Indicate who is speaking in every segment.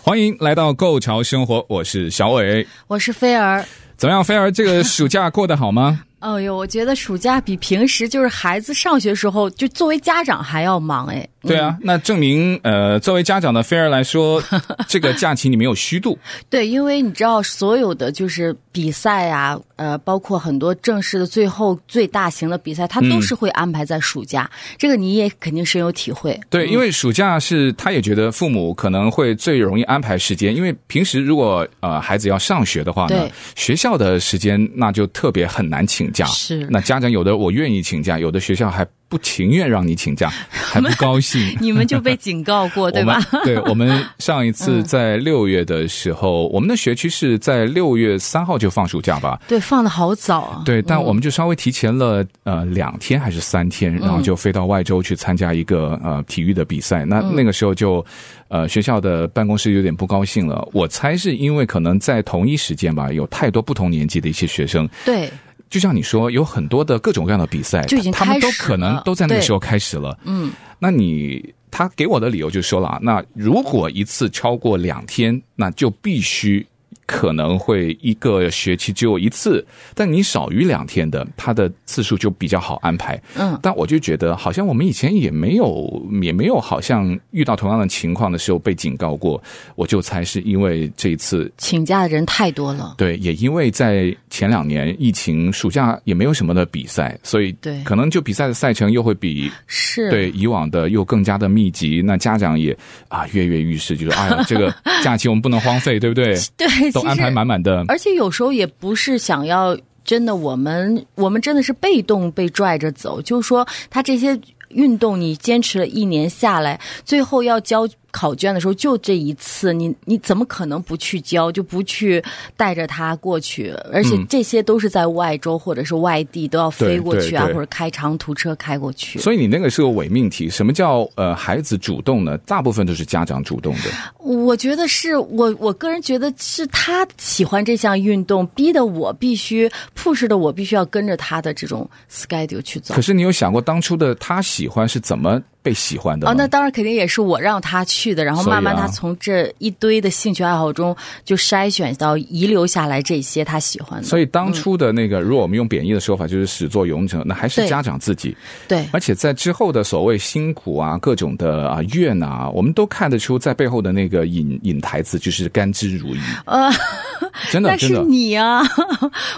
Speaker 1: 欢迎来到《购潮生活》，我是小伟。
Speaker 2: 我是菲儿。
Speaker 1: 怎么样，菲儿？这个暑假过得好 吗？
Speaker 2: 哎呦，我觉得暑假比平时就是孩子上学时候，就作为家长还要忙哎。
Speaker 1: 对啊，那证明呃，作为家长的菲儿来 说，这个假期你没有虚度。
Speaker 2: 对，因为你知道，所有的就是比赛啊，呃，包括很多正式的最后最大型的比赛，它
Speaker 1: 嗯
Speaker 2: 都是会安排在暑假。这个你也肯定深有体会。
Speaker 1: 对，因为暑假是他也觉得父母可能会最容易安排时间，因为平时如果呃孩子要上学的话呢
Speaker 2: 对，
Speaker 1: 学校的时间那就特别很难请假。
Speaker 2: 是
Speaker 1: 啊那家长有的我愿意请假，有的学校还不情愿让你请 假，还不高兴。
Speaker 2: 你们就被警告 过对
Speaker 1: 我
Speaker 2: 吧嗯
Speaker 1: 们？对，我们上一次在六月的时候，我们的学区是在六月三号就放暑假吧？
Speaker 2: 对，放的好早啊。
Speaker 1: 对，但我们就稍微提前了呃两天还是三天，然后就飞到外州去参加一个呃体育的比赛。那
Speaker 2: 嗯
Speaker 1: 那个时候就呃学校的办公室有点不高兴了，我猜是因为可能在同一时间吧，有太多不同年级的一些学生，
Speaker 2: 对，
Speaker 1: 就像你说，有很多的各种各样的比赛，
Speaker 2: 就已经
Speaker 1: 他们
Speaker 2: 开
Speaker 1: 都
Speaker 2: 始
Speaker 1: 可能
Speaker 2: 了
Speaker 1: 都在那个
Speaker 2: 对
Speaker 1: 时候开始了。嗯，那你他给我的理由就说了啊，那如果一次超过两天，那就必须可能会一个学期只有一次，但你少于两天的，他的次数就比较好安排。
Speaker 2: 嗯，
Speaker 1: 但我就觉得，好像我们以前也没有，也没有好像遇到同样的情况的时候被警告过。我就猜是因为这一次
Speaker 2: 请假的人太多了。
Speaker 1: 对，也因为在前两年疫情，暑假也没有什么的比赛，所以
Speaker 2: 对
Speaker 1: 可能就比赛的赛程又会比
Speaker 2: 是。
Speaker 1: 对以往的又更加的密集。那家长也啊跃跃欲试，就说：“哎呀，这 个假期我们不能荒废，对不对？
Speaker 2: 对，
Speaker 1: 都
Speaker 2: 其
Speaker 1: 安
Speaker 2: 实
Speaker 1: 排满满的。
Speaker 2: 而且有时候也不是想要真的，我们我们真的是被动被拽着走，就是说他这些。运动你坚持了一年下来，最后要交考卷的时候，就这一次，你你怎么可能不去交，就不去带着他过去？而且这些都是在外州或者是外地都要
Speaker 1: 嗯对
Speaker 2: 飞过去啊，
Speaker 1: 对对
Speaker 2: 或者开长途车开过去。
Speaker 1: 所以你那个是个伪命题。什么叫呃孩子主动呢？大部分都是家长主动的。
Speaker 2: 我觉得是我我个人觉得是他喜欢这项运动，逼得我必须 push 的我必须要跟着他的这种 schedule 去走
Speaker 1: 可。是你有想过当初的他喜欢是怎么被喜欢的吗？
Speaker 2: 哦，那当然肯定也是我让他去的，然后
Speaker 1: 所以啊
Speaker 2: 慢慢他从这一堆的兴趣爱好中就筛选到遗留下来这些他喜欢的。
Speaker 1: 所以当初的那个，如果我们用贬义的说法，就是始作俑者，那还是
Speaker 2: 对
Speaker 1: 家长自己。
Speaker 2: 对，
Speaker 1: 而且在之后的所谓辛苦啊、各种的啊怨啊，我们都看得出在背后的那个隐隐台词就是甘之如饴。
Speaker 2: 呃，
Speaker 1: 真的
Speaker 2: 那
Speaker 1: 真
Speaker 2: 是
Speaker 1: 的，
Speaker 2: 你啊。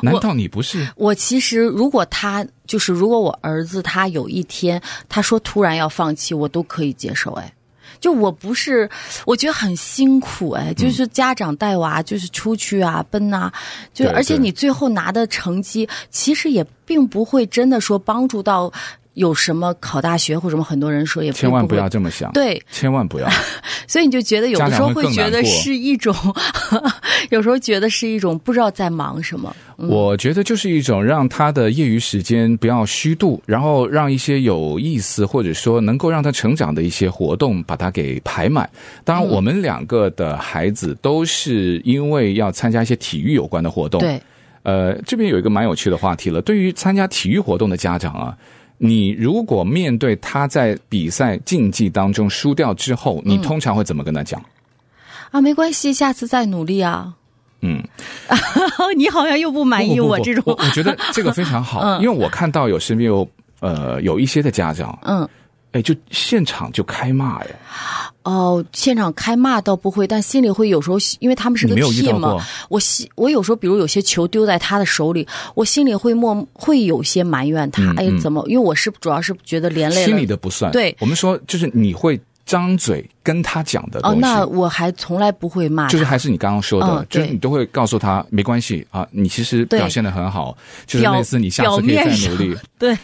Speaker 1: 难道你不是？
Speaker 2: 我其实如果他就是如果我儿子他有一天他说突然要放弃，我都可以接受哎。就我不是，我觉得很辛苦
Speaker 1: 嗯
Speaker 2: 哎，就是家长带娃，就是出去啊奔呐、就
Speaker 1: 对
Speaker 2: 而且
Speaker 1: 对
Speaker 2: 你最后拿的成绩，其实也并不会真的说帮助到有什么考大学或什么，很多人说也并
Speaker 1: 千万不
Speaker 2: 会
Speaker 1: 要这么想，，
Speaker 2: 对，
Speaker 1: 千万不要。
Speaker 2: 所以你就觉得有的时候会
Speaker 1: 家长会更
Speaker 2: 觉
Speaker 1: 难
Speaker 2: 得
Speaker 1: 过
Speaker 2: 是一种， 有时候觉得是一种不知道在忙什么，
Speaker 1: 我觉得就是一种让他的业余时间不要虚度，然后让一些有意思或者说能够让他成长的一些活动把它给排满。当
Speaker 2: 嗯
Speaker 1: 然，我们两个的孩子都是因为要参加一些体育有关的活动。
Speaker 2: 对。
Speaker 1: 呃，这边有一个蛮有趣的话题了，对于参加体育活动的家长啊。你如果面对他在比赛竞技当中输掉之后，你通常会怎么跟他讲？
Speaker 2: 啊，没关系，下次再努力啊。
Speaker 1: 嗯，
Speaker 2: 你好像又不满
Speaker 1: 不
Speaker 2: 意
Speaker 1: 不
Speaker 2: 哎我
Speaker 1: 不
Speaker 2: 这种，嗯
Speaker 1: 我我觉得这个非常 好，因为我看到有身边有呃有一些的家长，
Speaker 2: 嗯，
Speaker 1: 哎，就现场就开骂呀，
Speaker 2: 哦，现场开骂倒不会，但心里会有时候，因为他们是
Speaker 1: 你
Speaker 2: 个
Speaker 1: 没有遇到
Speaker 2: team
Speaker 1: 过
Speaker 2: 嘛，我心我有时候，比如有些球丢在他的手里，我心里会默会有些埋怨他，
Speaker 1: 嗯
Speaker 2: 哎
Speaker 1: 嗯，
Speaker 2: 怎么？因为我是主要是觉得连累
Speaker 1: 心里
Speaker 2: 了，
Speaker 1: 的不算。
Speaker 2: 对
Speaker 1: 我们说就是你会张嘴跟他讲的东
Speaker 2: 哦，
Speaker 1: 西。
Speaker 2: 那我还从来不会骂他，
Speaker 1: 就是还是你刚刚说的，
Speaker 2: 嗯
Speaker 1: 就是
Speaker 2: 对
Speaker 1: 你都会告诉他没关系啊，你其实
Speaker 2: 对
Speaker 1: 表现的很好，就是
Speaker 2: 表
Speaker 1: 类似你下次可以
Speaker 2: 表面
Speaker 1: 再
Speaker 2: 上
Speaker 1: 努力。
Speaker 2: 对，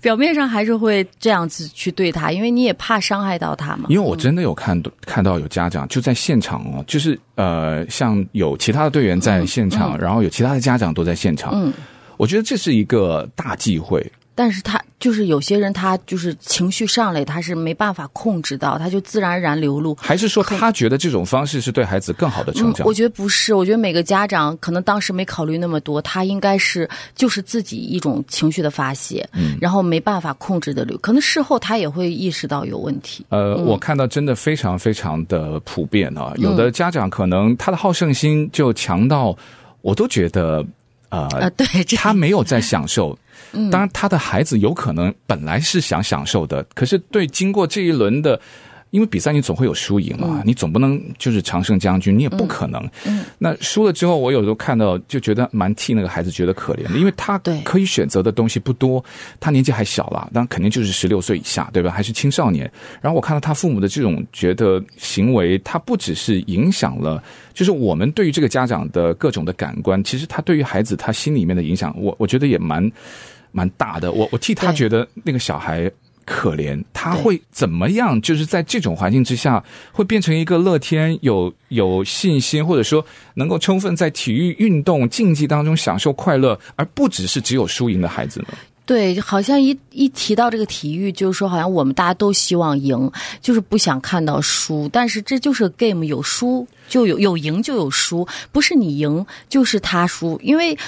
Speaker 2: 表面上还是会这样子去对他，因为你也怕伤害到他嘛。
Speaker 1: 因为我真的有看到看到有家长就在现场哦，就是呃，像有其他的队员在现场，然后有其他的家长都在现场。
Speaker 2: 嗯，
Speaker 1: 我觉得这是一个大忌讳。
Speaker 2: 但是他就是有些人，他就是情绪上来，他是没办法控制到，他就自然而然流露。
Speaker 1: 还是说他觉得这种方式是对孩子更好的成
Speaker 2: 嗯，
Speaker 1: 长？
Speaker 2: 我觉得不是，我觉得每个家长可能当时没考虑那么多，他应该是就是自己一种情绪的发泄，
Speaker 1: 嗯
Speaker 2: 然后没办法控制的流，可能事后他也会意识到有问题。
Speaker 1: 呃，我看到真的非常非常的普遍啊，有
Speaker 2: 嗯
Speaker 1: 的家长可能他的好胜心就强到，我都觉得呃，
Speaker 2: 啊、对，这嗯
Speaker 1: 他没有在享 受。当然，他的孩子有可能本来是想享受的，可是对经过这一轮的，因为比赛你总会有输赢
Speaker 2: 嗯
Speaker 1: 嘛，你总不能就是常胜将军，你也不可能。那输了之后，我有时候看到就觉得蛮替那个孩子觉得可怜的，因为他
Speaker 2: 对
Speaker 1: 可以选择的东西不多，他年纪还小啦，当然肯定就是十六岁以下，对吧？还是青少年。然后我看到他父母的这种觉得行为，他不只是影响了，就是我们对于这个家长的各种的感官，其实他对于孩子他心里面的影响，我我觉得也蛮蛮大的。我我替他
Speaker 2: 对
Speaker 1: 觉得那个小孩。可怜，他会怎么样？就是在这种环境之下，会变成一个乐天、有有信心，或者说能够充分在体育运动竞技当中享受快乐，而不只是只有输赢的孩子呢？
Speaker 2: 对，好像一一提到这个体育，就是说好像我们大家都希望赢，就是不想看到输。但是这就是 game，有输就有有赢就有输，不是你赢就是他输，因为。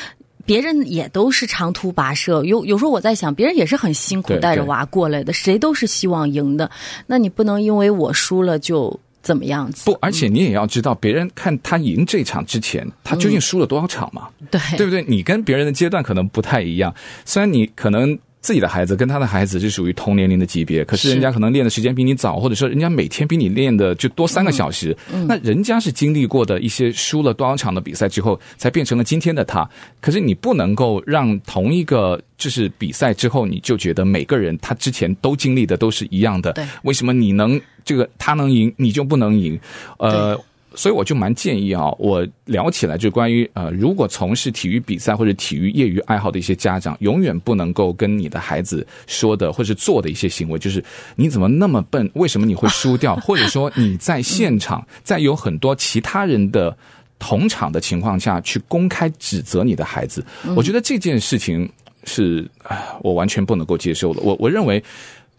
Speaker 2: 别人也都是长途跋涉，有有时候我在想，别人也是很辛苦
Speaker 1: 对
Speaker 2: 带着
Speaker 1: 对
Speaker 2: 娃过来的，谁都是希望赢的。那你不能因为我输了就怎么样子？
Speaker 1: 不，而且你也要知道，别人看他赢这场之前，他究竟输了多少场嘛，
Speaker 2: 对
Speaker 1: 对不对？你跟别人的阶段可能不太一样，虽然你可能。自己的孩子跟他的孩子是属于同年龄的级别，可是
Speaker 2: 是
Speaker 1: 人家可能练的时间比你早，或者说人家每天比你练的就多三个小时，
Speaker 2: 嗯
Speaker 1: 那人家是经历过的一些输了多少场的比赛之后，才变成了今天的他。可是你不能够让同一个就是比赛之后，你就觉得每个人他之前都经历的都是一样的
Speaker 2: 对，
Speaker 1: 为什么你能这个他能赢，你就不能赢？呃，所以我就蛮建议啊，我聊起来就关于呃，如果从事体育比赛或者体育业余爱好的一些家长，永远不能够跟你的孩子说的或是做的一些行为，就是你怎么那么笨？为什么你会输掉？或者说你在现场，在有很多其他人的。同场的情况下去公开指责你的孩子，我觉得这件事情是啊我完全不能够接受的。我我认为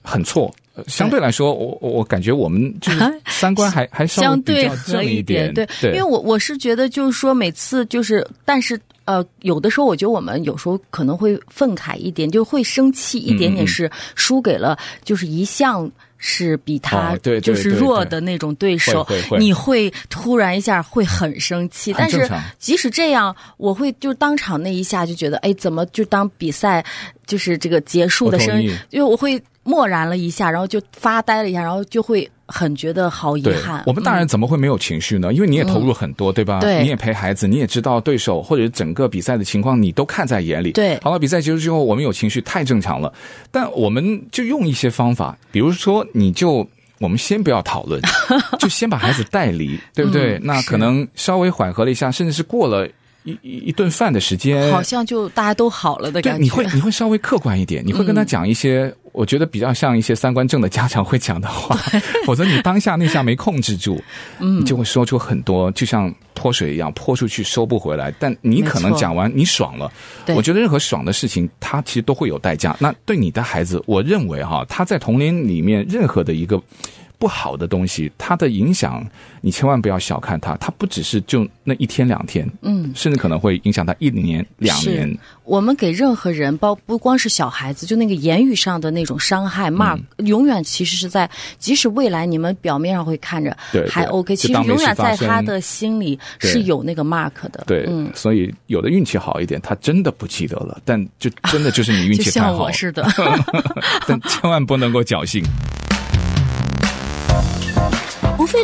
Speaker 1: 很错。呃相对来说，我我我感觉我们就是三观还还稍微
Speaker 2: 相
Speaker 1: 比
Speaker 2: 对
Speaker 1: 较
Speaker 2: 合
Speaker 1: 正一
Speaker 2: 点，对，
Speaker 1: 对，
Speaker 2: 因为我我是觉得就是说每次就是，但是呃，有的时候我觉得我们有时候可能会愤慨一点，就会生气一点
Speaker 1: 嗯嗯
Speaker 2: 点，
Speaker 1: 嗯
Speaker 2: 是输给了就是一项。是比他
Speaker 1: 哦对对
Speaker 2: 就是
Speaker 1: 对
Speaker 2: 弱
Speaker 1: 对
Speaker 2: 的那种对手，
Speaker 1: 会会会
Speaker 2: 你会突然一下会很生气，
Speaker 1: 很
Speaker 2: 但
Speaker 1: 正
Speaker 2: 是
Speaker 1: 常
Speaker 2: 即使这样，我会就当场那一下就觉得，哎，怎么就当比赛就是这个结束
Speaker 1: 我
Speaker 2: 的
Speaker 1: 同
Speaker 2: 声
Speaker 1: 意
Speaker 2: 音，因为我会默然了一下，然后就发呆了一下，然后就会很觉得好遗
Speaker 1: 对
Speaker 2: 憾。嗯
Speaker 1: 我们大人怎么会没有情绪呢？因为你也投入很多，对吧？
Speaker 2: 对
Speaker 1: 你也陪孩子，你也知道对手或者整个比赛的情况，你都看在眼里。
Speaker 2: 对
Speaker 1: 好了，比赛结束之后，我们有情绪太正常了，但我们就用一些方法，比如说，你就。我们先不要讨论，就先把孩子带离，对不对？
Speaker 2: 嗯
Speaker 1: 那
Speaker 2: 是
Speaker 1: 可能稍微缓和了一下，甚至是过了一一一顿饭的时间，
Speaker 2: 嗯好像就大家都好了的
Speaker 1: 呃对，
Speaker 2: 感觉。嗯
Speaker 1: 你会你会稍微客观一点，你会跟他讲一些、我觉得比较像一些三观正的家长会讲的话，否则你当下那下没控制 住，
Speaker 2: 嗯
Speaker 1: 你就会说出很多就像泼水一样泼出去收不回来。但你可能
Speaker 2: 没错
Speaker 1: 讲完你爽了，
Speaker 2: 对
Speaker 1: 我觉得任何爽的事情它其实都会有代价。那对你的孩子，我认为哈，他在童年里面任何的一个。不好的东西，它的影响你千万不要小看它，它不只是就那一天两天，嗯，甚至可能会影响他一年两
Speaker 2: 是
Speaker 1: 年，
Speaker 2: 我们给任何人，包不光是小孩子，就那个言语上的那种伤害、
Speaker 1: 嗯
Speaker 2: 骂，永远其实是在，即使未来你们表面上会看着
Speaker 1: 对对
Speaker 2: 还 OK，
Speaker 1: 就
Speaker 2: 其实
Speaker 1: 当没
Speaker 2: 永
Speaker 1: 事
Speaker 2: 远
Speaker 1: 发
Speaker 2: 在
Speaker 1: 生
Speaker 2: 他的心里
Speaker 1: 对
Speaker 2: 是有那个 mark 的。嗯
Speaker 1: 对，所以有的运气好一点，他真的不记得了，但 就真的就是你运
Speaker 2: 就
Speaker 1: 气太
Speaker 2: 像
Speaker 1: 好
Speaker 2: 我，似的。
Speaker 1: 但千万不能够侥幸。
Speaker 3: 不费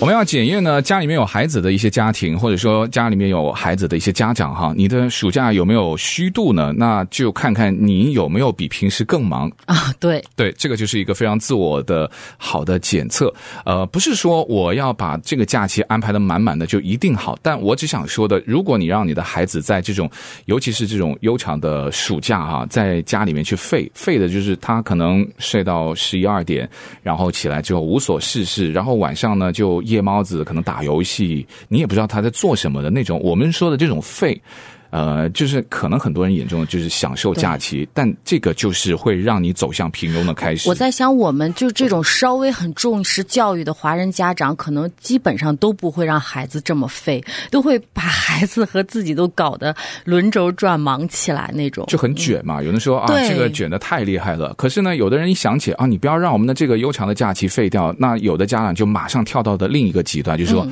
Speaker 1: 我们要检验呢，家里面有孩子的一些家庭，或者说家里面有孩子的一些家长哈，你的暑假有没有虚度呢？那就看看你有没有比平时更忙。
Speaker 2: 啊，对，
Speaker 1: 对，这个就是一个非常自我的好的检测。呃，不是说我要把这个假期安排的满满的就一定好，但我只想说的，如果你让你的孩子在这种，尤其是这种悠长的暑假哈、在家里面去废废的，就是他可能睡到十一二点，然后起来之后无所事事，然后晚上呢就夜猫子可能打游戏，你也不知道他在做什么的那种。我们说的这种废。呃，就是可能很多人眼中就是享受假期，但这个就是会让你走向平庸的开始。
Speaker 2: 我在想，我们就这种稍微很重视教育的华人家长，可能基本上都不会让孩子这么废，都会把孩子和自己都搞得轮轴转忙起来那种。
Speaker 1: 就很卷嘛，有的说啊，
Speaker 2: 嗯对
Speaker 1: 这个卷的太厉害了。可是呢，有的人一想起啊，你不要让我们的这个悠长的假期废掉，那有的家长就马上跳到的另一个极端，就
Speaker 2: 嗯
Speaker 1: 说、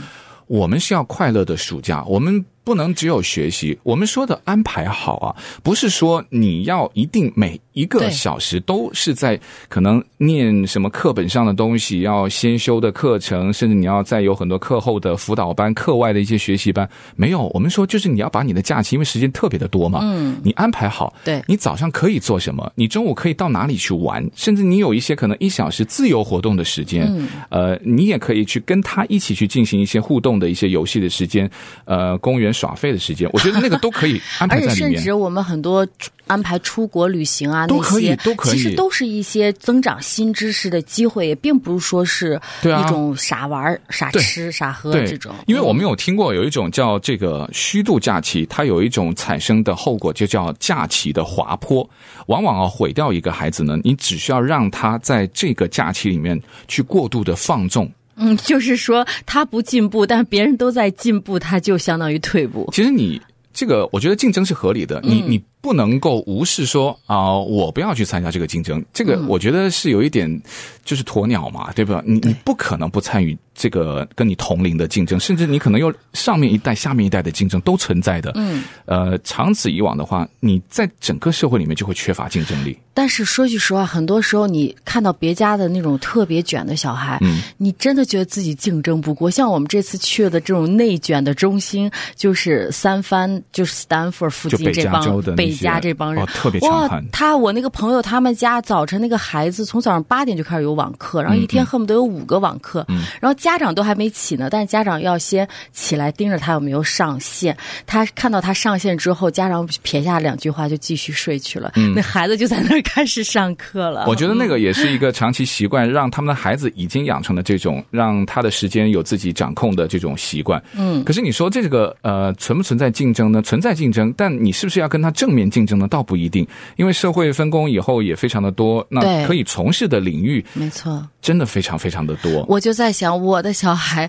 Speaker 1: 我们是要快乐的暑假，我们不能只有学习。我们说的安排好啊，不是说你要一定每一个
Speaker 2: 对
Speaker 1: 小时都是在可能念什么课本上的东西，要先修的课程，甚至你要再有很多课后的辅导班、课外的一些学习班。没有，我们说就是你要把你的假期，因为时间特别的多嘛，嗯，你安排好，
Speaker 2: 对
Speaker 1: 你早上可以做什么，你中午可以到哪里去玩，甚至你有一些可能一小时自由活动的时间，
Speaker 2: 嗯
Speaker 1: 呃，你也可以去跟他一起去进行一些互动的一些游戏的时间，呃，公园耍废的时间，我觉得那个都可以安排
Speaker 2: 而且
Speaker 1: 在里
Speaker 2: 甚
Speaker 1: 面。
Speaker 2: 至我们很多出安排出国旅行啊，
Speaker 1: 都可以
Speaker 2: 那些
Speaker 1: 都可以
Speaker 2: 其实都是一些增长新知识的机会，也并不是说是
Speaker 1: 对啊
Speaker 2: 一种傻玩儿、傻
Speaker 1: 对
Speaker 2: 吃、傻喝
Speaker 1: 对
Speaker 2: 这种。嗯
Speaker 1: 因为我们有听过有一种叫这个虚度假期，它有一种产生的后果就叫假期的滑坡，往往啊毁掉一个孩子呢，你只需要让他在这个假期里面去过度的放纵。
Speaker 2: 嗯，就是说他不进步，但别人都在进步，他就相当于退步。
Speaker 1: 其实你这个，我觉得竞争是合理的，
Speaker 2: 嗯
Speaker 1: 你你不能够无视说啊、我不要去参加这个竞争，这
Speaker 2: 嗯
Speaker 1: 个我觉得是有一点就是鸵鸟嘛，对吧？你你不可能不参与这个跟你同龄的竞争，甚至你可能有上面一代、下面一代的竞争都存在的。嗯，呃，长此以往的话，你在整个社会里面就会缺乏竞争力。
Speaker 2: 但是说句实话，很多时候你看到别家的那种特别卷的小孩，
Speaker 1: 嗯
Speaker 2: 你真的觉得自己竞争不过。像我们这次去的这种内卷的中心，就是三藩，就是斯坦福附
Speaker 1: 就北
Speaker 2: 近这
Speaker 1: 加州
Speaker 2: 帮
Speaker 1: 的那
Speaker 2: 北
Speaker 1: 些
Speaker 2: 加这帮人，
Speaker 1: 哦特别强
Speaker 2: 哇
Speaker 1: 悍！
Speaker 2: 他我那个朋友他们家早晨那个孩子从早上八点就开始有网课，然后一天
Speaker 1: 嗯
Speaker 2: 恨不得有五个网课，然后家长都还没起呢，但是家长要先起来盯着他有没有上线。他看到他上线之后，家长撇下两句话就继续睡去了，那孩子就在那儿开始上课了。
Speaker 1: 嗯我觉得那个也是一个长期习惯，让他们的孩子已经养成了这种让他的时间有自己掌控的这种习惯。嗯，可是你说这个呃存不存在竞争呢？存在竞争，但你是不是要跟他正面竞争呢？倒不一定，因为社会分工以后也非常的多，那
Speaker 2: 对
Speaker 1: 可以从事的领域
Speaker 2: 没错，
Speaker 1: 真的非常非常的多。
Speaker 2: 我就在想，我的小孩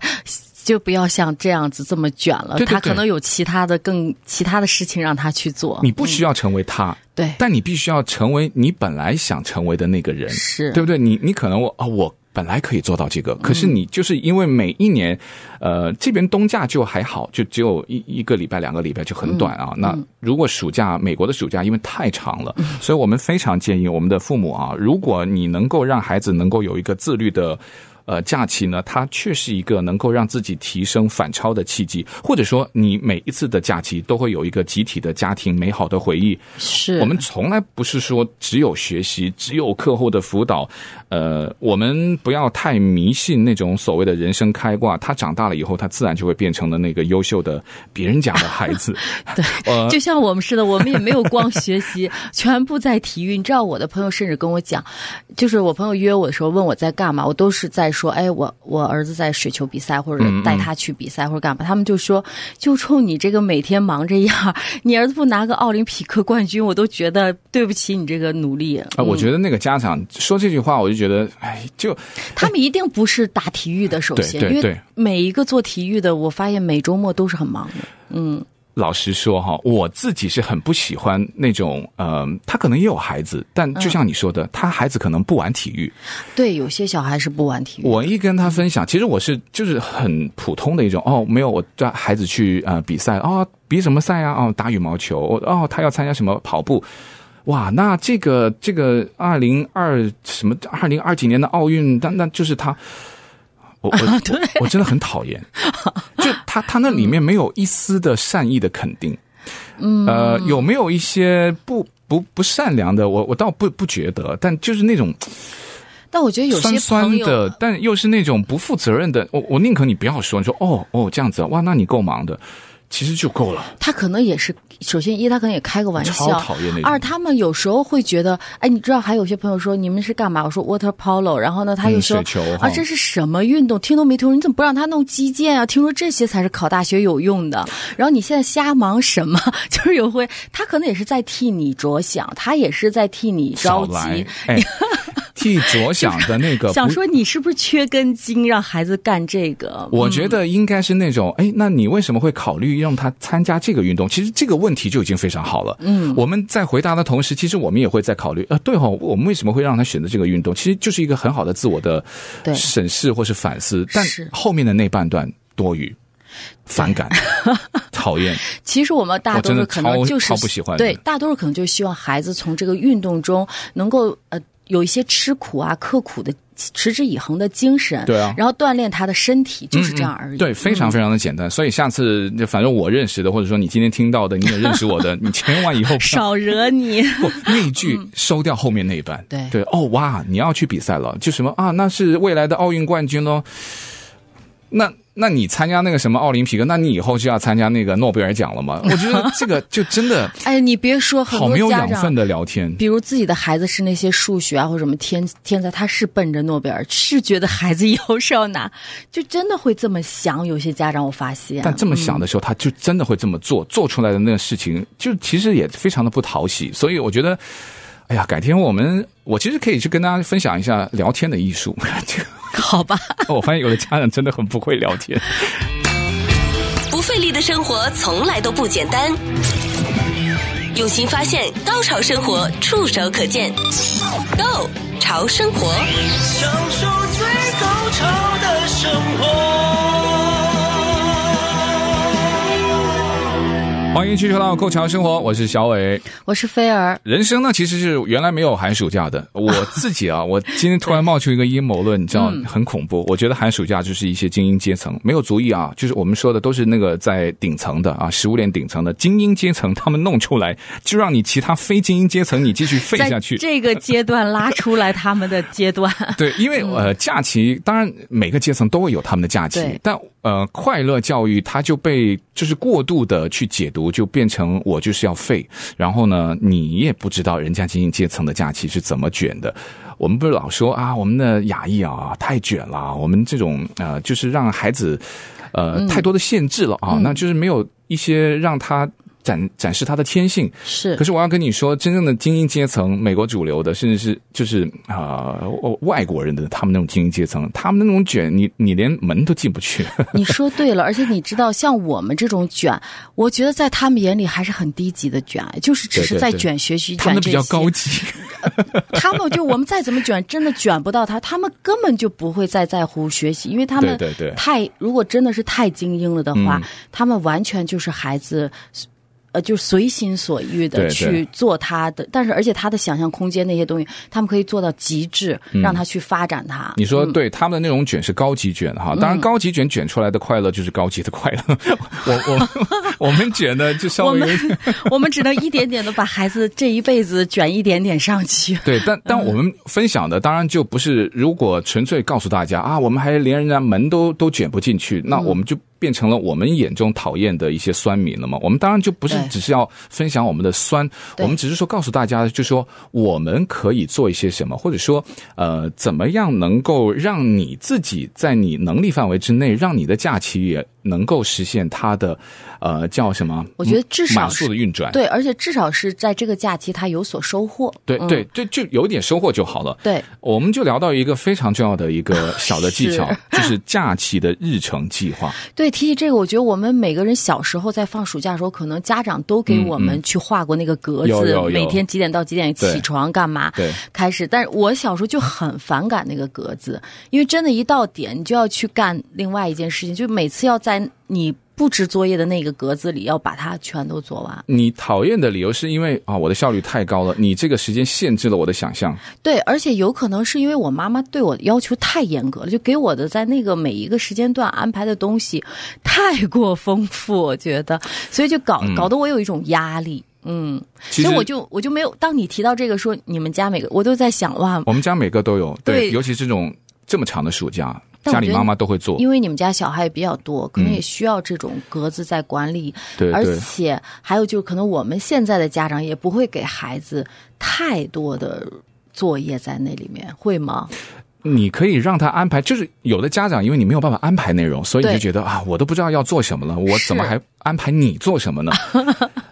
Speaker 2: 就不要像这样子这么卷了，
Speaker 1: 对对
Speaker 2: 他
Speaker 1: 对
Speaker 2: 可能有其他的更其他的事情让他去做。
Speaker 1: 你不需要成为他，
Speaker 2: 对，
Speaker 1: 但你必须要成为你本来想成为的那个人。
Speaker 2: 是
Speaker 1: 对不对？你你可能我啊、我本来可以做到这个，可是你就是因为每一年，呃，这边冬假就还好，就只有一一个礼拜、两个礼拜就很短啊。那如果暑假，美国的暑假因为太长了，所以我们非常建议我们的父母啊，如果你能够让孩子能够有一个自律的。呃，假期呢，它却是一个能够让自己提升反超的契机，或者说，你每一次的假期都会有一个集体的家庭美好的回忆，
Speaker 2: 是
Speaker 1: 我们从来不是说只有学习，只有课后的辅导，呃，我们不要太迷信那种所谓的人生开挂。他长大了以后，他自然就会变成了那个优秀的别人家的孩子。 对，呃，
Speaker 2: 就像我们似的，我们也没有光学 习，全部在体育。你知道，我的朋友甚至跟我讲，就是我朋友约我的时候问我在干嘛，我都是在说，哎，我我儿子在水球比赛，或者带他去比
Speaker 1: 嗯
Speaker 2: 赛，或者干嘛。他们就说，就冲你这个每天忙这样儿，你儿子不拿个奥林匹克冠军，我都觉得对不起你这个努力。嗯
Speaker 1: 啊，我觉得那个家长说这句话，我就觉得，哎，就
Speaker 2: 他们一定不是打体育的，首
Speaker 1: 对
Speaker 2: 先，
Speaker 1: 对
Speaker 2: 因
Speaker 1: 对
Speaker 2: 为每一个做体育的，我发现每周末都是很忙的。
Speaker 1: 老实说哈，我自己是很不喜欢那种，呃，他可能也有孩子，但就像你说的，他孩子可能不玩体育，
Speaker 2: 对，有些小孩是不玩体育的。
Speaker 1: 我一跟他分享，其实我是就是很普通的一种哦，没有我带孩子去呃比赛哦，比什么赛啊？哦，打羽毛球哦，他要参加什么跑步。哇，那这个这个二零二什么二零二几年的奥运，那那就是他，我我我我真的很讨厌，就他他那里面没有一丝的善意的肯定，嗯，呃，有没有一些不不不善良的？我我倒不不觉得，但就是那种
Speaker 2: 但我觉得有
Speaker 1: 酸
Speaker 2: 些朋
Speaker 1: 酸
Speaker 2: 友
Speaker 1: 的，但又是那种不负责任的。我我宁可你不要说，你说哦哦这样子啊，哇，那你够忙的，其实就够了。
Speaker 2: 他可能也是，首先一他可能也开个玩笑，
Speaker 1: 超讨厌那种
Speaker 2: 二他们有时候会觉得，哎，你知道还有些朋友说你们是干嘛？我说 water polo，然后呢他又
Speaker 1: 嗯
Speaker 2: 说、
Speaker 1: 水球哈
Speaker 2: 啊这是什么运动？听都没听说，你怎么不让他弄击剑啊？听说这些才是考大学有用的，然后你现在瞎忙什么？ 就是有会他可能也是在替你着想，他也是在替你
Speaker 1: 少
Speaker 2: 着
Speaker 1: 来
Speaker 2: 急。，
Speaker 1: 哎，替着想的那个
Speaker 2: 想
Speaker 1: 不
Speaker 2: 说你是不是缺根筋，让孩子干这个？
Speaker 1: 我觉得应该是那种，
Speaker 2: 嗯
Speaker 1: 哎，那你为什么会考虑让他参加这个运动？其实这个问题就已经非常好了。嗯，我们在回答的同时，其实我们也会在考虑，啊，对哦，我们为什么会让他选择这个运动？其实就是一个很好的自我的
Speaker 2: 对
Speaker 1: 审视或是反思，但
Speaker 2: 是
Speaker 1: 后面的那半段多余。反 感，讨厌，
Speaker 2: 其实我们大多数可能就是
Speaker 1: 我真的超超不喜欢的
Speaker 2: 对，大多数可能就希望孩子从这个运动中能够呃有一些吃苦啊、刻苦的、持之以恒的精神，
Speaker 1: 对啊嗯
Speaker 2: 然后锻炼他的身体，就是这样而已。嗯
Speaker 1: 对，非常非常的简单。所以下次，就反正我认识的，或者说你今天听到的，你也认识 我的，你千万以后不要
Speaker 2: 少惹你。
Speaker 1: 不，那一句收掉后面那一半。
Speaker 2: 嗯
Speaker 1: 对，
Speaker 2: 对
Speaker 1: 哦哇，你要去比赛了，就什么啊？那是未来的奥运冠军喽。那那你参加那个什么奥林匹克，那你以后就要参加那个诺贝尔奖了吗？我觉得这个就真 的
Speaker 2: 哎，你别说，很
Speaker 1: 好
Speaker 2: 多
Speaker 1: 没有
Speaker 2: 家
Speaker 1: 养分
Speaker 2: 长。
Speaker 1: 的聊天。
Speaker 2: 比如自己的孩子是那些数学啊或者什么天天才，他是奔着诺贝尔，是觉得孩子以后是要拿，就真的会这么想。有些家长我发现，
Speaker 1: 但这么想的时候，他就真的会这么做，做出来的那个事情，就其实也非常的不讨喜。所以我觉得，哎呀，改天我们我其实可以去跟大家分享一下聊天的艺术。 这个哦
Speaker 2: 好吧，
Speaker 1: 我发现有的家长真的很不会聊天。
Speaker 3: 不费力的生活从来都不简单。用心发现，高潮生活触手可见 g o 潮生活，
Speaker 4: 享受最高潮的生活。
Speaker 1: 欢迎继续回到《够潮生活》，我是小伟。
Speaker 2: 我是菲儿，
Speaker 1: 人生呢，其实是原来没有寒暑假的。我自己啊，我今天突然冒出一个阴谋论，你知道，很恐怖。我觉得寒暑假就是一些精英阶层，没有族裔啊，就是我们说的都是那个在顶层的啊，食物链顶层的精英阶层，他们弄出来，就让你其他非精英阶层你继续废
Speaker 2: 在
Speaker 1: 下去。
Speaker 2: 这个阶段拉出来他们的阶段，
Speaker 1: 对，因为呃，假期当然每个阶层都会有他们的假期
Speaker 2: 对，
Speaker 1: 但呃，快乐教育它就被就是过度的去解读，就变成我就是要废，然后呢，你也不知道人家精英阶层的假期是怎么卷的。我们不是老说啊，我们的雅艺啊太卷了，我们这种呃，就是让孩子呃太多的限制了啊，那就是没有一些让他展展示他的天性。
Speaker 2: 是
Speaker 1: 可是我要跟你说，真正的精英阶层，美国主流的，甚至是就是啊、呃外国人的，他们那种精英阶层，他们那种卷，你你连门都进不去。
Speaker 2: 你说对了，而且你知道，像我们这种卷，我觉得在他们眼里还是很低级的卷，就是只是在卷学习、
Speaker 1: 他们
Speaker 2: 卷
Speaker 1: 比
Speaker 2: 这
Speaker 1: 较高
Speaker 2: 些。
Speaker 1: 级，
Speaker 2: 他们就我们再怎么卷，真的卷不到他，他们根本就不会再在乎学习，因为他们
Speaker 1: 对对对嗯
Speaker 2: 太如果真的是太精英了的话，他们完全就是孩子。呃，就随心所
Speaker 1: 对
Speaker 2: 欲的
Speaker 1: 对
Speaker 2: 去做他的，但是而且他的想象空间那些东西，他们可以做到极致，让他去发展他。
Speaker 1: 嗯你说对，他们的那种卷是高级卷哈，
Speaker 2: 嗯
Speaker 1: 当然高级卷卷出来的快乐就是高级的快乐。 我我我们卷的就稍
Speaker 2: 我
Speaker 1: 微有
Speaker 2: 们 我们只能一点点的把孩子这一辈子卷一点点上去。
Speaker 1: 对，但但我们分享的当然就不是，如果纯粹告诉大家啊，我们还连人家门都都卷不进去，那我
Speaker 2: 嗯
Speaker 1: 们就变成了我们眼中讨厌的一些酸民了嘛。我们当然就不是
Speaker 2: 对
Speaker 1: 只是要分享我们的酸，
Speaker 2: 对
Speaker 1: 我们只是说告诉大家，就说我们可以做一些什么，或者说呃，怎么样能够让你自己在你能力范围之内，让你的假期也能够实现它的呃叫什么？
Speaker 2: 我觉得至少
Speaker 1: 满
Speaker 2: 是
Speaker 1: 速的运转。
Speaker 2: 对，而且至少是在这个假期他有所收获。
Speaker 1: 对
Speaker 2: 嗯
Speaker 1: 对对，就有点收获就好了。
Speaker 2: 对，
Speaker 1: 我们就聊到一个非常重要的一个小的技巧， 就是假期的日程计 划。
Speaker 2: 对，提起这个，我觉得我们每个人小时候在放暑假的时候，可能家长都给我们去画过那个格
Speaker 1: 嗯
Speaker 2: 子，
Speaker 1: 有有有
Speaker 2: 每天几点到几点起床干嘛，
Speaker 1: 对
Speaker 2: 开始。但是我小时候就很反感那个格子，因为真的，一到点你就要去干另外一件事情，就每次要在你。布置作业的那个格子里，要把它全都做完。
Speaker 1: 你讨厌的理由是因为啊，我的效率太高了，你这个时间限制了我的想象。
Speaker 2: 对，而且有可能是因为我妈妈对我的要求太严格了，就给我的在那个每一个时间段安排的东西太过丰富，我觉得，所以就搞、搞得我有一种压力。嗯，
Speaker 1: 嗯其
Speaker 2: 所
Speaker 1: 实
Speaker 2: 以我就我就没有。当你提到这个说你们家每个，我都在想哇，
Speaker 1: 我们家每个都有，
Speaker 2: 对
Speaker 1: 尤其这种这么长的暑假，
Speaker 2: 但
Speaker 1: 家
Speaker 2: 我觉得
Speaker 1: 里妈妈都会做。
Speaker 2: 因为你们家小孩也比较多，可能
Speaker 1: 嗯
Speaker 2: 也需要这种格子在管理，
Speaker 1: 对
Speaker 2: 而
Speaker 1: 对
Speaker 2: 且还有就是，可能我们现在的家长也不会给孩子太多的作业在那里面，会吗？
Speaker 1: 你可以让他安排，就是有的家长因为你没有办法安排内容，所以你就
Speaker 2: 对
Speaker 1: 觉得啊，我都不知道要做什么了，我
Speaker 2: 是
Speaker 1: 怎么还安排你做什么呢？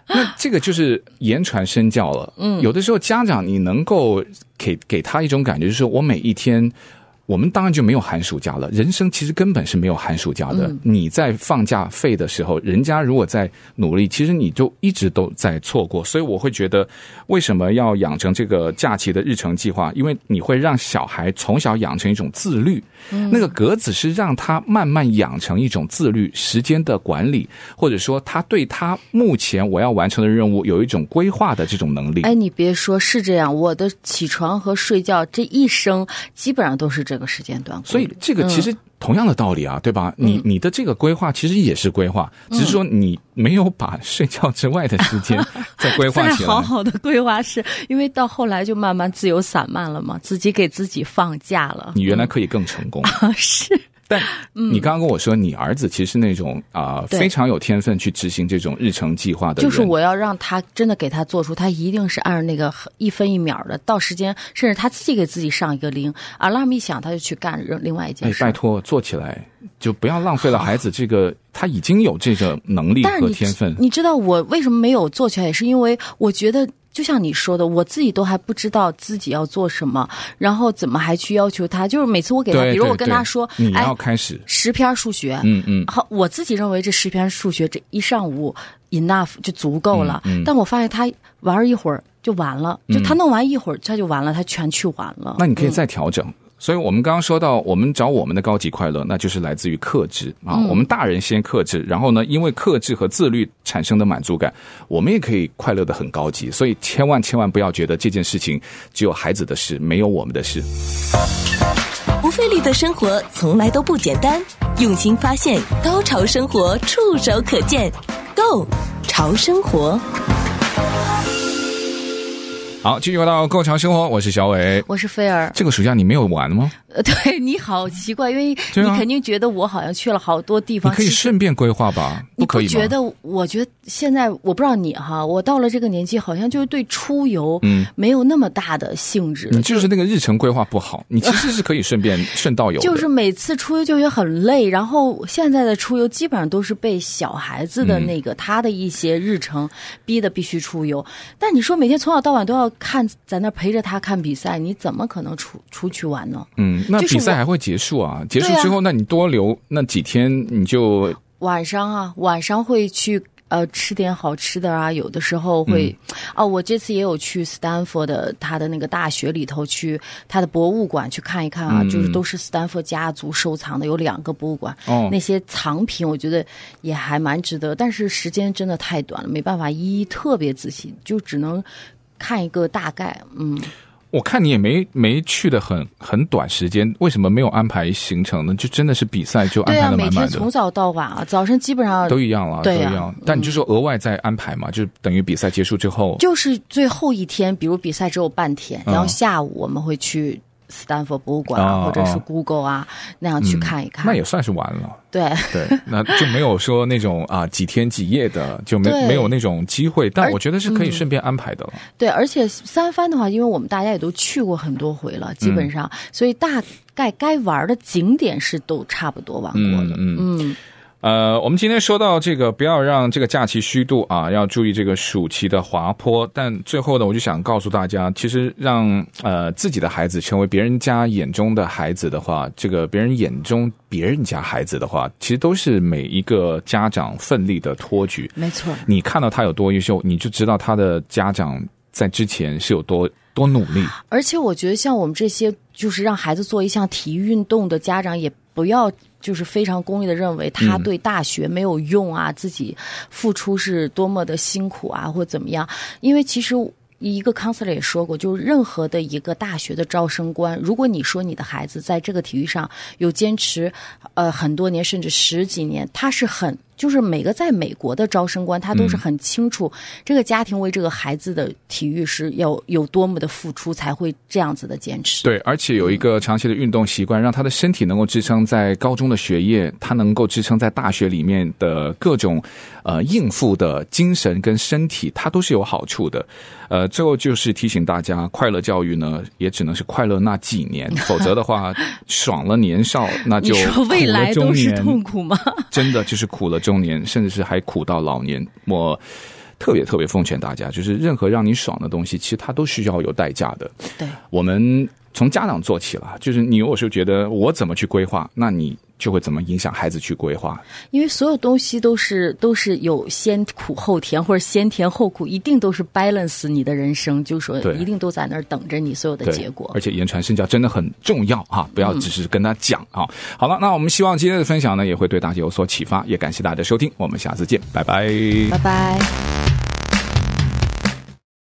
Speaker 1: 那这个就是言传身教了。嗯，有的时候家长你能够给给他一种感觉，就是我每一天。我们当然就没有寒暑假了，人生其实根本是没有寒暑假的。你在放假费的时候，人家如果在努力，其实你就一直都在错过。所以我会觉得，为什么要养成这个假期的日程计划？因为你会让小孩从小养成一种自律。那个格子是让他慢慢养成一种自律、时间的管理，或者说他对他目前我要完成的任务有一种规划的这种能力。
Speaker 2: 哎，你别说，是这样，我的起床和睡觉这一生基本上都是这个时间段规律，
Speaker 1: 所以这
Speaker 2: 嗯
Speaker 1: 个其实同样的道理啊，对吧？你你的这个规划其实也是规划，只是说你没有把睡觉之外的时 间再规划
Speaker 2: 再
Speaker 1: 起来。
Speaker 2: 好好的规划是，因为到后来就慢慢自由散漫了嘛，自己给自己放假了。
Speaker 1: 你原来可以更成功，
Speaker 2: 是嗯
Speaker 1: 但你刚刚跟我说，你儿子其实是那种啊、
Speaker 2: 对
Speaker 1: 非常有天分去执行这种日程计划的
Speaker 2: 就
Speaker 1: 人，
Speaker 2: 是我要让他真的给他做出，他一定是按照那个一分一秒的，到时间甚至他自己给自己上一个铃，alarm 一响他就去干另另外一件
Speaker 1: 哎，
Speaker 2: 事。
Speaker 1: 拜托，做起来就不要浪费了孩子这个，他已经有这个能力
Speaker 2: 但是
Speaker 1: 和
Speaker 2: 你
Speaker 1: 天分。
Speaker 2: 你知道我为什么没有做起来，也是因为我觉得。就像你说的，我自己都还不知道自己要做什么，然后怎么还去要求他？就是每次我给他，
Speaker 1: 对，
Speaker 2: 比如
Speaker 1: 对
Speaker 2: 我跟他说
Speaker 1: 对你，
Speaker 2: 哎
Speaker 1: 要，开始，
Speaker 2: 十篇数学，
Speaker 1: 嗯嗯，
Speaker 2: 好，我自己认为这十篇数学这一上午 enough 就足够了，
Speaker 1: 嗯嗯嗯
Speaker 2: 但我发现他玩一会儿就完了，就他弄完一会儿他就完了，他全去玩了。
Speaker 1: 那你可以再调整。所以我们刚刚说到，我们找我们的高级快乐，那就是来自于克制啊。
Speaker 2: 嗯
Speaker 1: 我们大人先克制，然后呢，因为克制和自律产生的满足感，我们也可以快乐的很高级。所以千万千万不要觉得这件事情只有孩子的事，没有我们的事。
Speaker 3: 不费力的生活从来都不简单，用心发现，高潮生活触手可见 g o 潮生活。
Speaker 1: 好，继续回到购潮生活，我是小伟。
Speaker 2: 我是菲儿，
Speaker 1: 这个暑假你没有玩吗？
Speaker 2: 呃，对你好奇怪，因为
Speaker 1: 对
Speaker 2: 你
Speaker 1: 啊
Speaker 2: 肯定觉得我好像去了好多地
Speaker 1: 你
Speaker 2: 方。
Speaker 1: 可以
Speaker 2: 其实
Speaker 1: 顺便规划吧，
Speaker 2: 你
Speaker 1: 可以吗？
Speaker 2: 觉得？我觉得现在我不知道你哈，我到了这个年纪，好像就是对出游
Speaker 1: 嗯
Speaker 2: 没有那么大的兴致了
Speaker 1: 你就是那个日程规划不好，你其实是可以顺 便顺道游的。
Speaker 2: 就是每次出游就觉得很累，然后现在的出游基本上都是被小孩子的
Speaker 1: 嗯
Speaker 2: 那个、他的一些日程逼的必须出游。但你说每天从早到晚都要看，在那儿陪着他看比赛，你怎么可能出出去玩呢？
Speaker 1: 嗯，那
Speaker 2: 就是
Speaker 1: 比赛
Speaker 2: 我
Speaker 1: 还会结束啊？结束
Speaker 2: 对啊
Speaker 1: 之后，那你多留那几天，你就
Speaker 2: 晚上啊，晚上会去。呃，吃点好吃的啊，有的时候会，
Speaker 1: 嗯
Speaker 2: 哦，我这次也有去斯坦福的他的那个大学里头去，他的博物馆去看一看啊，就是都是斯坦福家族收藏的，有两个博物馆，
Speaker 1: 嗯哦
Speaker 2: 那些藏品，我觉得也还蛮值得，但是时间真的太短了，没办法一一特别仔细，就只能看一个大概。嗯，
Speaker 1: 我看你也没没去的很很短时间，为什么没有安排行程呢？就真的是比赛就安
Speaker 2: 对
Speaker 1: 排
Speaker 2: 啊，
Speaker 1: 的
Speaker 2: 每
Speaker 1: 满满
Speaker 2: 天
Speaker 1: 的，
Speaker 2: 从早到晚啊，早上基本上
Speaker 1: 都一样了，
Speaker 2: 对
Speaker 1: 都
Speaker 2: 啊
Speaker 1: 一样。但你就说额外再安排嘛，就等于比赛结束之后，
Speaker 2: 就是最后一天，比如比赛只有半天，
Speaker 1: 嗯
Speaker 2: 然后下午我们会去。斯坦福博物馆啊，
Speaker 1: 哦
Speaker 2: 或者
Speaker 1: 哦
Speaker 2: 是
Speaker 1: 嗯
Speaker 2: Google 啊，那样去看一看。
Speaker 1: 那也算是完了。
Speaker 2: 对，
Speaker 1: 对，那就没有说那种啊几天几夜的，就没
Speaker 2: 对
Speaker 1: 没有那种机会。但
Speaker 2: 而嗯
Speaker 1: 我觉得是可以顺便安排的了。
Speaker 2: 对，而且三藩的话，因为我们大家也都去过很多回了，基本
Speaker 1: 嗯
Speaker 2: 上，所以大概该玩的景点是都差不多玩过了。
Speaker 1: 嗯呃，我们今天说到这个，不要让这个假期虚度啊，要注意这个暑期的滑坡。但最后呢，我就想告诉大家，其实让呃自己的孩子成为别人家眼中的孩子的话，这个别人眼中别人家孩子的话，其实都是每一个家长奋力的托举。
Speaker 2: 没错，
Speaker 1: 你看到他有多优秀，你就知道他的家长在之前是有多多努力。
Speaker 2: 而且我觉得像我们这些就是让孩子做一项体育运动的家长也。不要就是非常功利的认为他对大学没有用啊，自己付出是多么的辛苦啊，或怎么样。因为其实一个 counselor 也说过，就是任何的一个大学的招生官，如果你说你的孩子在这个体育上有坚持，呃，很多年甚至十几年，他是很。就是每个在美国的招生官，他
Speaker 1: 嗯
Speaker 2: 都是很清楚这个家庭为这个孩子的体育是要有多么的付出，才会这样子的坚持。
Speaker 1: 对，而且有一个长期的运动习惯，让他的身体能够支撑在高中的学业，他能够支撑在大学里面的各种呃应付的精神跟身体，它都是有好处的。呃，最后就是提醒大家，快乐教育呢，也只能是快乐那几年，否则的 话，爽了年少，那
Speaker 2: 你
Speaker 1: 就
Speaker 2: 说未来
Speaker 1: 苦了
Speaker 2: 都
Speaker 1: 中
Speaker 2: 是
Speaker 1: 年
Speaker 2: 痛苦吗？
Speaker 1: 真的就是苦了中年，甚至是还苦到老年。我特别特别奉劝大家，就是任何让你爽的东西，其实它都需要有代价的。
Speaker 2: 对，
Speaker 1: 我们从家长做起了，就是你有时候觉得我怎么去规划，那你就会怎么影响孩子去规划。
Speaker 2: 因为所有东西都是都是有先苦后甜，或者先甜后苦，一定都是 balance 你的人生，就说
Speaker 1: 对
Speaker 2: 一定都在那儿等着你所有的
Speaker 1: 对，
Speaker 2: 结果嗯
Speaker 1: 而。且言传身教真的很重要啊，不要只是跟他讲啊。好了，那我们希望今天的分享呢，也会对大家有所启发，也感谢大家的收听，我们下次见，拜拜
Speaker 2: 拜拜。